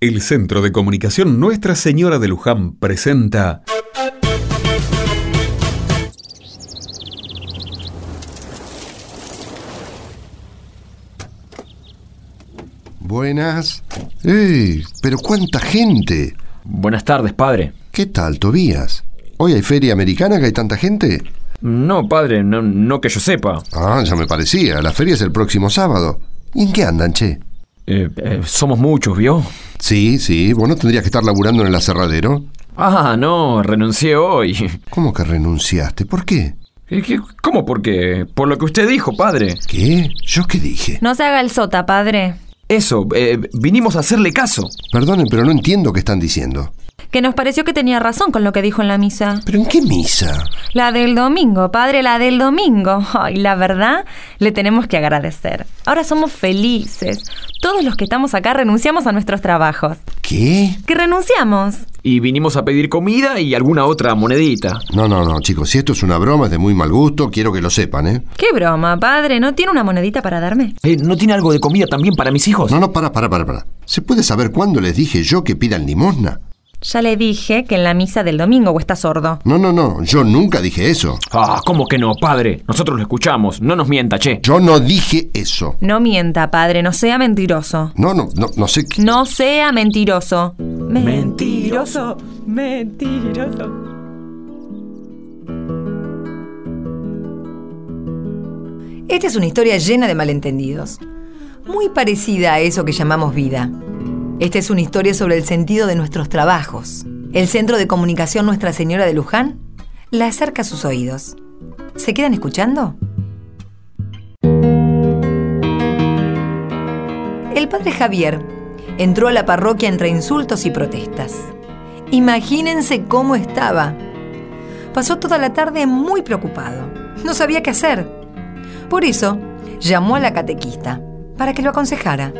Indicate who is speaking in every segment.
Speaker 1: El Centro de Comunicación Nuestra Señora de Luján presenta
Speaker 2: Buenas. ¡Ey! ¡Pero cuánta gente!
Speaker 3: Buenas tardes, padre.
Speaker 2: ¿Qué tal, Tobías? ¿Hoy hay feria americana que hay tanta gente?
Speaker 3: No, padre, no, no que yo sepa.
Speaker 2: Ah, ya me parecía. La feria es el próximo sábado. ¿Y en qué andan, che?
Speaker 3: Eh, eh, somos muchos, ¿vio?
Speaker 2: Sí, sí, vos no tendrías que estar laburando en el aserradero.
Speaker 3: Ah, no, renuncié hoy.
Speaker 2: ¿Cómo que renunciaste? ¿Por qué?
Speaker 3: ¿Qué- qué- ¿Cómo por qué? Por lo que usted dijo, padre.
Speaker 2: ¿Qué? ¿Yo qué dije?
Speaker 4: No se haga el sota, padre.
Speaker 3: Eso, eh, vinimos a hacerle caso.
Speaker 2: Perdonen, pero no entiendo qué están diciendo.
Speaker 4: Que nos pareció que tenía razón con lo que dijo en la misa.
Speaker 2: ¿Pero en qué misa?
Speaker 4: La del domingo, padre, la del domingo. Ay, la verdad, le tenemos que agradecer. Ahora somos felices. Todos los que estamos acá renunciamos a nuestros trabajos.
Speaker 2: ¿Qué?
Speaker 4: ¿Que renunciamos?
Speaker 3: Y vinimos a pedir comida y alguna otra monedita.
Speaker 2: No, no, no, chicos, si esto es una broma, es de muy mal gusto, quiero que lo sepan, ¿eh?
Speaker 4: Qué broma, padre. ¿No tiene una monedita para darme?
Speaker 3: Eh, ¿No tiene algo de comida también para mis hijos?
Speaker 2: No, no, para, para, para, para. ¿Se puede saber cuándo les dije yo que pidan limosna?
Speaker 4: Ya le dije que en la misa del domingo o está sordo.
Speaker 2: No, no, no, yo nunca dije eso.
Speaker 3: Ah, ¿cómo que no, padre? Nosotros lo escuchamos. No nos mienta, che.
Speaker 2: Yo no dije eso.
Speaker 4: No mienta, padre, no sea mentiroso.
Speaker 2: No, no, no, no sé qué.
Speaker 4: No sea mentiroso.
Speaker 3: Mentiroso,
Speaker 4: mentiroso.
Speaker 5: Esta es una historia llena de malentendidos, muy parecida a eso que llamamos vida. Esta es una historia sobre el sentido de nuestros trabajos. El Centro de Comunicación Nuestra Señora de Luján la acerca a sus oídos. ¿Se quedan escuchando? El padre Javier entró a la parroquia entre insultos y protestas. Imagínense cómo estaba. Pasó toda la tarde muy preocupado. No sabía qué hacer. Por eso, llamó a la catequista para que lo aconsejara.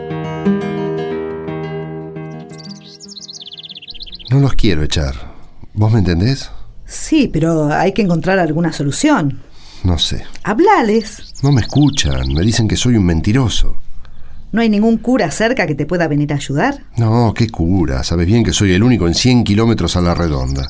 Speaker 2: No los quiero echar. ¿Vos me entendés?
Speaker 6: Sí, pero hay que encontrar alguna solución.
Speaker 2: No sé.
Speaker 6: Hablales.
Speaker 2: No me escuchan, me dicen que soy un mentiroso.
Speaker 6: ¿No hay ningún cura cerca que te pueda venir a ayudar?
Speaker 2: No, qué cura, sabes bien que soy el único en 100 kilómetros a la redonda.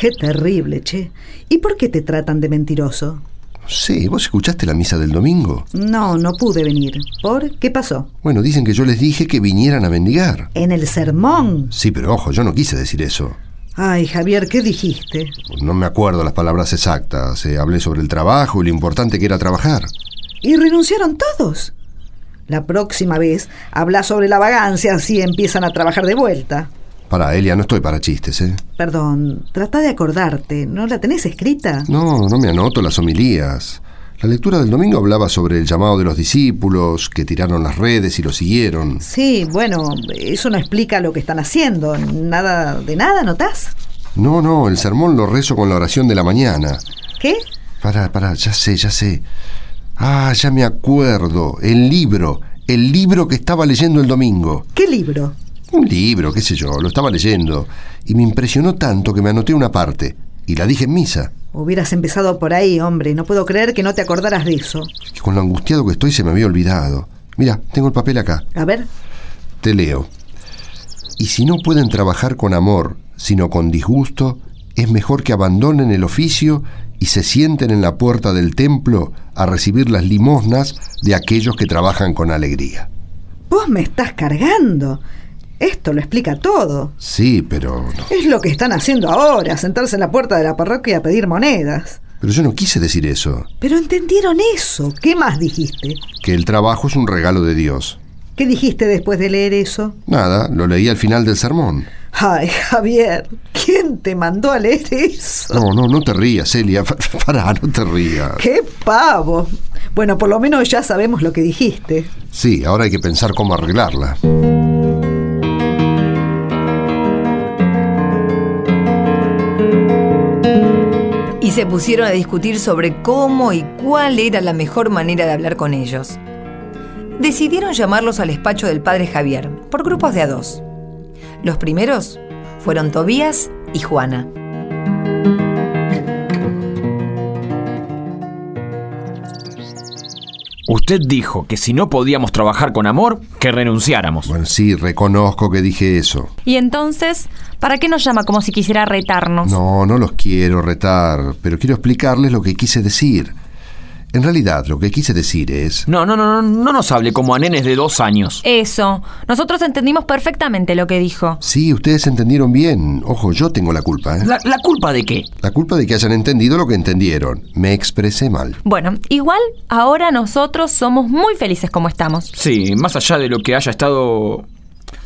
Speaker 6: Qué terrible, che. ¿Y por qué te tratan de mentiroso?
Speaker 2: Sí, ¿vos escuchaste la misa del domingo?
Speaker 6: No, no pude venir. ¿Por qué pasó?
Speaker 2: Bueno, dicen que yo les dije que vinieran a mendigar.
Speaker 6: En el sermón.
Speaker 2: Sí, pero ojo, yo no quise decir eso.
Speaker 6: Ay, Javier, ¿qué dijiste?
Speaker 2: Pues No me acuerdo las palabras exactas. eh, hablé sobre el trabajo y lo importante que era trabajar.
Speaker 6: ¿Y renunciaron todos? La próxima vez habla sobre la vagancia así empiezan a trabajar de vuelta.
Speaker 2: Para, Elia, no estoy para chistes, ¿eh?
Speaker 6: Perdón, trata de acordarte. ¿No la tenés escrita?
Speaker 2: No, no me anoto las homilías. La lectura del domingo hablaba sobre el llamado de los discípulos que tiraron las redes y lo siguieron.
Speaker 6: Sí, bueno, eso no explica lo que están haciendo. Nada de nada, ¿notás?
Speaker 2: No, no, el sermón lo rezo con la oración de la mañana.
Speaker 6: ¿Qué?
Speaker 2: Pará, pará, ya sé, ya sé. Ah, ya me acuerdo. El libro, el libro que estaba leyendo el domingo.
Speaker 6: ¿Qué libro?
Speaker 2: Un libro, qué sé yo, lo estaba leyendo. Y me impresionó tanto que me anoté una parte. Y la dije en misa.
Speaker 6: Hubieras empezado por ahí, hombre. No puedo creer que no te acordaras de eso.
Speaker 2: Es que con lo angustiado que estoy se me había olvidado. Mira, tengo el papel acá.
Speaker 6: A ver,
Speaker 2: Te leo. Y si no pueden trabajar con amor, sino con disgusto, es mejor que abandonen el oficio y se sienten en la puerta del templo a recibir las limosnas de aquellos que trabajan con alegría.
Speaker 6: vos me estás cargando. Esto lo explica todo.
Speaker 2: Sí, pero no.
Speaker 6: Es lo que están haciendo ahora, sentarse en la puerta de la parroquia a pedir monedas.
Speaker 2: Pero yo no quise decir eso.
Speaker 6: Pero entendieron eso. ¿Qué más dijiste?
Speaker 2: Que el trabajo es un regalo de Dios.
Speaker 6: ¿Qué dijiste después de leer eso?
Speaker 2: Nada, lo leí al final del sermón.
Speaker 6: Ay, Javier, ¿quién te mandó a leer eso?
Speaker 2: No, no, no te rías, Celia. Pará, no te rías.
Speaker 6: ¡Qué pavo! Bueno, por lo menos ya sabemos lo que dijiste.
Speaker 2: Sí, ahora hay que pensar cómo arreglarla.
Speaker 5: Y se pusieron a discutir sobre cómo y cuál era la mejor manera de hablar con ellos. Decidieron llamarlos al despacho del padre Javier, por grupos de a dos. Los primeros fueron Tobías y Juana.
Speaker 3: Usted dijo que si no podíamos trabajar con amor, que renunciáramos.
Speaker 2: Bueno, sí, reconozco que dije eso.
Speaker 4: Y entonces, ¿para qué nos llama como si quisiera retarnos?
Speaker 2: No, no los quiero retar, pero quiero explicarles lo que quise decir. En realidad, lo que quise decir es...
Speaker 3: No, no, no, no, no nos hable como a nenes de dos años.
Speaker 4: Eso. Nosotros entendimos perfectamente lo que dijo.
Speaker 2: Sí, ustedes entendieron bien. Ojo, yo tengo la culpa, ¿eh?
Speaker 3: ¿La, la culpa de qué?
Speaker 2: La culpa de que hayan entendido lo que entendieron. Me expresé mal.
Speaker 4: Bueno, igual ahora nosotros somos muy felices como estamos.
Speaker 3: Sí, más allá de lo que haya estado...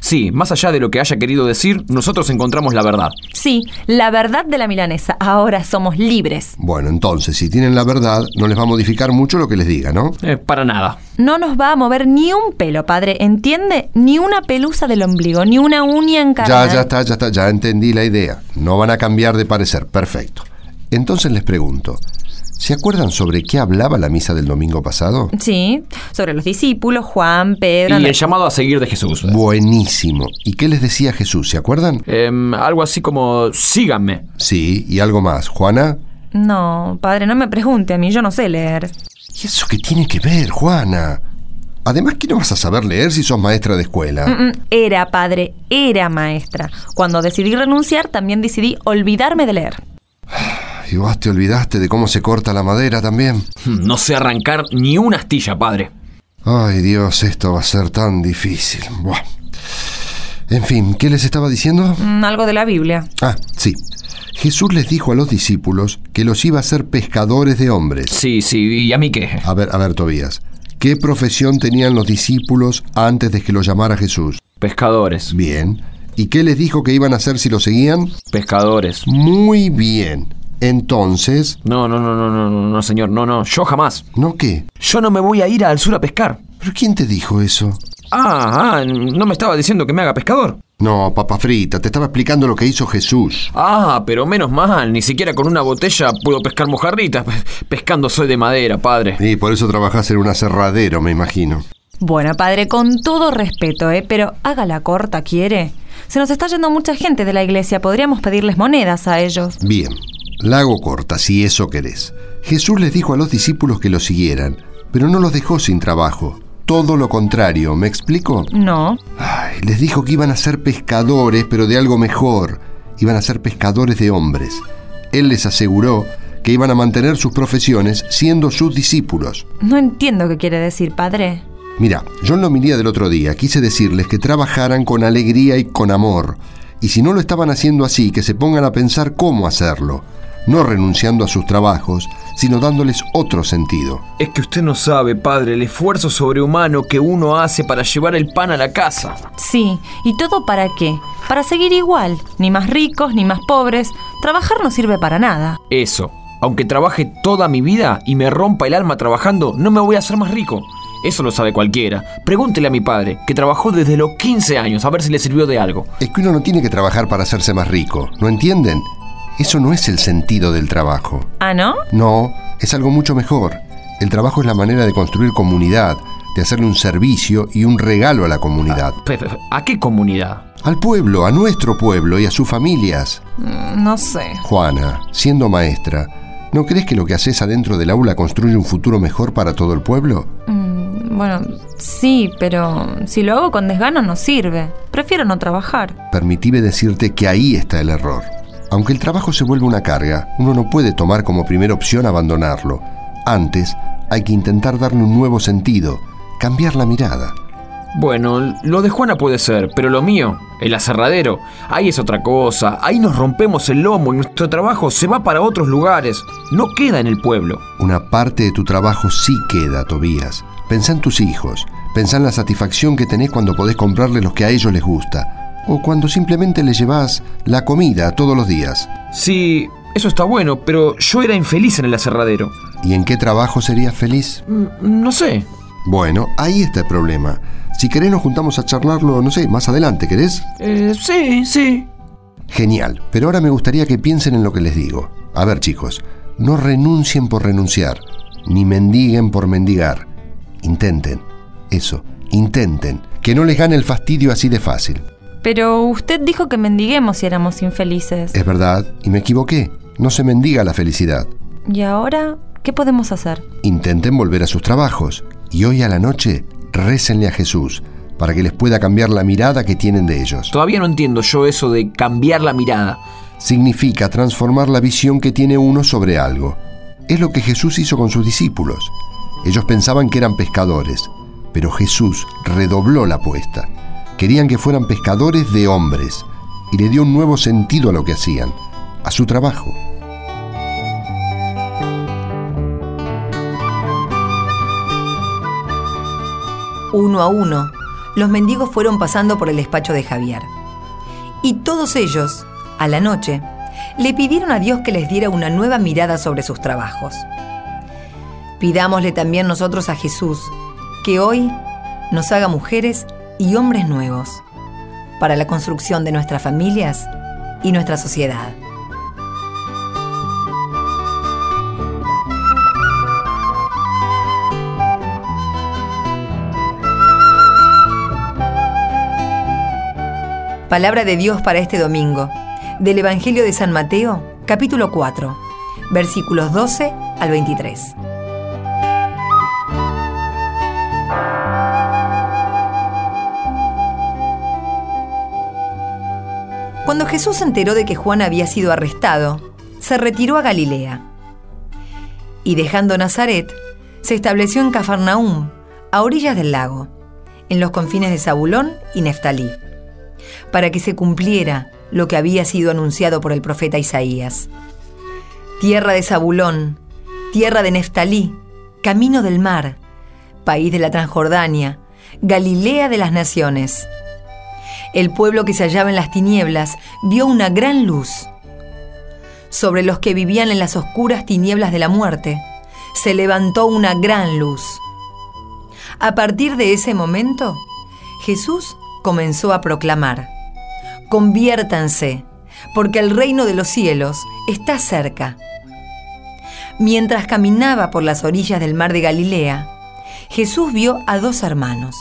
Speaker 3: Sí, más allá de lo que haya querido decir, nosotros encontramos la verdad.
Speaker 4: Sí, la verdad de la milanesa. Ahora somos libres.
Speaker 2: Bueno, entonces, si tienen la verdad, no les va a modificar mucho lo que les diga, ¿no?
Speaker 3: Eh, para nada.
Speaker 4: No nos va a mover ni un pelo, padre, ¿entiende? Ni una pelusa del ombligo, ni una uña en
Speaker 2: Ya, ya está, ya está, ya entendí la idea. No van a cambiar de parecer. Perfecto. Entonces les pregunto, ¿se acuerdan sobre qué hablaba la misa del domingo pasado?
Speaker 4: Sí, sobre los discípulos, Juan, Pedro...
Speaker 3: Y
Speaker 4: Andrés.
Speaker 3: el llamado a seguir de Jesús.
Speaker 2: Buenísimo. ¿Y qué les decía Jesús? ¿Se acuerdan?
Speaker 3: Em, algo así como, síganme.
Speaker 2: Sí, y algo más. Juana.
Speaker 4: No, padre, no me pregunte a mí, yo no sé leer.
Speaker 2: ¿Y eso qué tiene que ver, Juana? Además, ¿qué no vas a saber leer si sos maestra de escuela?
Speaker 4: Mm, mm, Era padre, era maestra. Cuando decidí renunciar, también decidí olvidarme de leer.
Speaker 2: Y vos te olvidaste de cómo se corta la madera también.
Speaker 3: Hmm, No sé arrancar ni una astilla, padre.
Speaker 2: Ay Dios, esto va a ser tan difícil. Buah. En fin, ¿qué les estaba diciendo?
Speaker 4: Mm, Algo de la Biblia.
Speaker 2: Ah, sí. Jesús les dijo a los discípulos que los iba a hacer pescadores de hombres.
Speaker 3: Sí, sí, ¿y a mí qué?
Speaker 2: A ver, a ver, Tobías. ¿Qué profesión tenían los discípulos antes de que los llamara Jesús?
Speaker 3: Pescadores,
Speaker 2: Bien. ¿Y qué les dijo que iban a hacer si lo seguían?
Speaker 3: pescadores.
Speaker 2: Muy bien. Entonces,
Speaker 3: No, no, no, no, no, no, no, señor, no, no, yo jamás.
Speaker 2: ¿no qué?
Speaker 3: Yo no me voy a ir al sur a pescar.
Speaker 2: ¿Pero quién te dijo eso?
Speaker 3: Ah, ah, no me estaba diciendo que me haga pescador.
Speaker 2: No, papa frita, te estaba explicando lo que hizo Jesús.
Speaker 3: Ah, pero menos mal, ni siquiera con una botella puedo pescar mojarritas. Pescando soy de madera, padre.
Speaker 2: Y por eso trabajás en un aserradero, me imagino.
Speaker 4: Bueno, padre, con todo respeto, ¿eh? Pero hágala corta, ¿quiere? Se nos está yendo mucha gente de la iglesia, podríamos pedirles monedas a ellos.
Speaker 2: Bien, la hago corta, si eso querés. Jesús les dijo a los discípulos que lo siguieran, pero no los dejó sin trabajo. Todo lo contrario, ¿me explico?
Speaker 4: No.
Speaker 2: Ay, les dijo que iban a ser pescadores, pero de algo mejor. Iban a ser pescadores de hombres. Él les aseguró que iban a mantener sus profesiones siendo sus discípulos.
Speaker 4: No entiendo qué quiere decir, padre.
Speaker 2: Mira, yo en la homilía del otro día quise decirles que trabajaran con alegría y con amor. Y si no lo estaban haciendo así, que se pongan a pensar cómo hacerlo. No renunciando a sus trabajos, sino dándoles otro sentido.
Speaker 3: Es que usted no sabe, padre, el esfuerzo sobrehumano que uno hace para llevar el pan a la casa.
Speaker 4: Sí, ¿y todo para qué? Para seguir igual, ni más ricos, ni más pobres. Trabajar no sirve para nada.
Speaker 3: Eso, aunque trabaje toda mi vida y me rompa el alma trabajando, no me voy a hacer más rico. Eso lo sabe cualquiera. Pregúntele a mi padre, que trabajó desde los 15 años, a ver si le sirvió de algo.
Speaker 2: Es que uno no tiene que trabajar para hacerse más rico, ¿no entienden? Eso no es el sentido del trabajo.
Speaker 4: ¿Ah, no?
Speaker 2: No, es algo mucho mejor. El trabajo es la manera de construir comunidad, de hacerle un servicio y un regalo a la comunidad.
Speaker 3: Pe- pe- ¿A qué comunidad?
Speaker 2: Al pueblo, a nuestro pueblo y a sus familias.
Speaker 4: Mm, No sé.
Speaker 2: Juana, siendo maestra, ¿no crees que lo que haces adentro del aula construye un futuro mejor para todo el pueblo?
Speaker 4: Mm, Bueno, sí, pero si lo hago con desgano no sirve. Prefiero no trabajar.
Speaker 2: Permitime decirte que ahí está el error. Aunque el trabajo se vuelve una carga, uno no puede tomar como primera opción abandonarlo. Antes, hay que intentar darle un nuevo sentido, cambiar la mirada.
Speaker 3: Bueno, lo de Juana puede ser, pero lo mío, el aserradero, ahí es otra cosa. Ahí nos rompemos el lomo y nuestro trabajo se va para otros lugares. No queda en el pueblo.
Speaker 2: Una parte de tu trabajo sí queda, Tobías. Pensá en tus hijos, pensá en la satisfacción que tenés cuando podés comprarles lo que a ellos les gusta, o cuando simplemente les llevas la comida todos los días.
Speaker 3: Sí, eso está bueno, pero yo era infeliz en el aserradero.
Speaker 2: ¿Y en qué trabajo serías feliz?
Speaker 3: Mm, No sé.
Speaker 2: Bueno, ahí está el problema. Si querés nos juntamos a charlarlo, no sé, más adelante, ¿querés?
Speaker 3: Eh, sí, sí.
Speaker 2: Genial, pero ahora me gustaría que piensen en lo que les digo. A ver chicos, no renuncien por renunciar, ni mendiguen por mendigar. Intenten, eso, intenten, que no les gane el fastidio así de fácil.
Speaker 4: Pero usted dijo que mendiguemos si éramos infelices.
Speaker 2: Es verdad, y me equivoqué, no se mendiga la felicidad.
Speaker 4: ¿Y ahora qué podemos hacer?
Speaker 2: Intenten volver a sus trabajos, y hoy a la noche récenle a Jesús para que les pueda cambiar la mirada que tienen de ellos.
Speaker 3: Todavía no entiendo yo eso de cambiar la mirada.
Speaker 2: Significa transformar la visión que tiene uno sobre algo. Es lo que Jesús hizo con sus discípulos. Ellos pensaban que eran pescadores, pero Jesús redobló la apuesta. Querían que fueran pescadores de hombres y le dio un nuevo sentido a lo que hacían, a su trabajo.
Speaker 5: Uno a uno, los mendigos fueron pasando por el despacho de Javier. Y todos ellos, a la noche, le pidieron a Dios que les diera una nueva mirada sobre sus trabajos. Pidámosle también nosotros a Jesús que hoy nos haga mujeres y hombres nuevos para la construcción de nuestras familias y nuestra sociedad. Palabra de Dios para este domingo, del Evangelio de San Mateo, capítulo 4, versículos 12 al 23. Cuando Jesús se enteró de que Juan había sido arrestado, se retiró a Galilea. Y dejando Nazaret, se estableció en Cafarnaúm, a orillas del lago, en los confines de Zabulón y Neftalí, para que se cumpliera lo que había sido anunciado por el profeta Isaías. Tierra de Zabulón, tierra de Neftalí, camino del mar, país de la Transjordania, Galilea de las naciones. El pueblo que se hallaba en las tinieblas vio una gran luz. Sobre los que vivían en las oscuras tinieblas de la muerte, se levantó una gran luz. A partir de ese momento, Jesús comenzó a proclamar, Conviértanse, porque el reino de los cielos está cerca. Mientras caminaba por las orillas del mar de Galilea, Jesús vio a dos hermanos,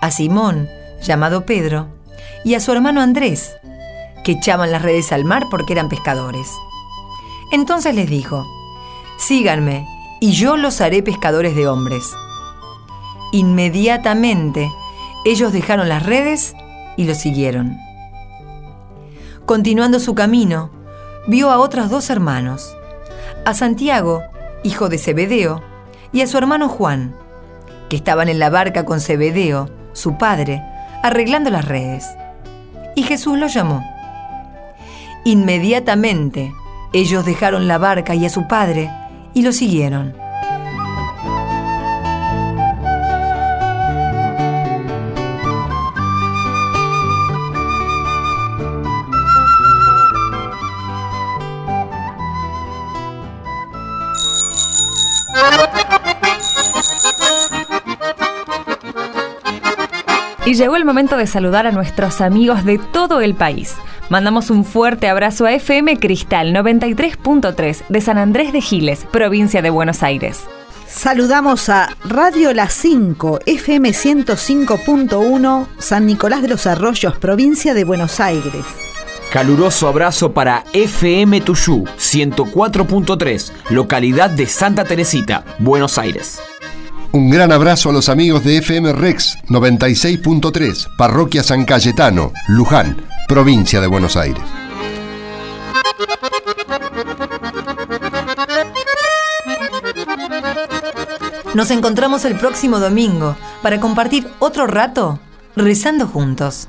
Speaker 5: a Simón, llamado Pedro, y a su hermano Andrés, que echaban las redes al mar porque eran pescadores. Entonces les dijo, Síganme, y yo los haré pescadores de hombres. Inmediatamente, ellos dejaron las redes y lo siguieron. Continuando su camino, vio a otros dos hermanos, a Santiago, hijo de Zebedeo, y a su hermano Juan, que estaban en la barca con Zebedeo, su padre, arreglando las redes. Y Jesús los llamó. Inmediatamente ellos dejaron la barca y a su padre y lo siguieron.
Speaker 4: Y llegó el momento de saludar a nuestros amigos de todo el país. Mandamos un fuerte abrazo a FM Cristal 93.3 de San Andrés de Giles, provincia de Buenos Aires.
Speaker 6: Saludamos a Radio La 5, FM 105.1, San Nicolás de los Arroyos, provincia de Buenos Aires.
Speaker 3: Caluroso abrazo para FM Tuyú 104.3, localidad de Santa Teresita, Buenos Aires.
Speaker 2: Un gran abrazo a los amigos de FM Rex 96.3, Parroquia San Cayetano, Luján, provincia de Buenos Aires.
Speaker 5: Nos encontramos el próximo domingo para compartir otro rato rezando juntos.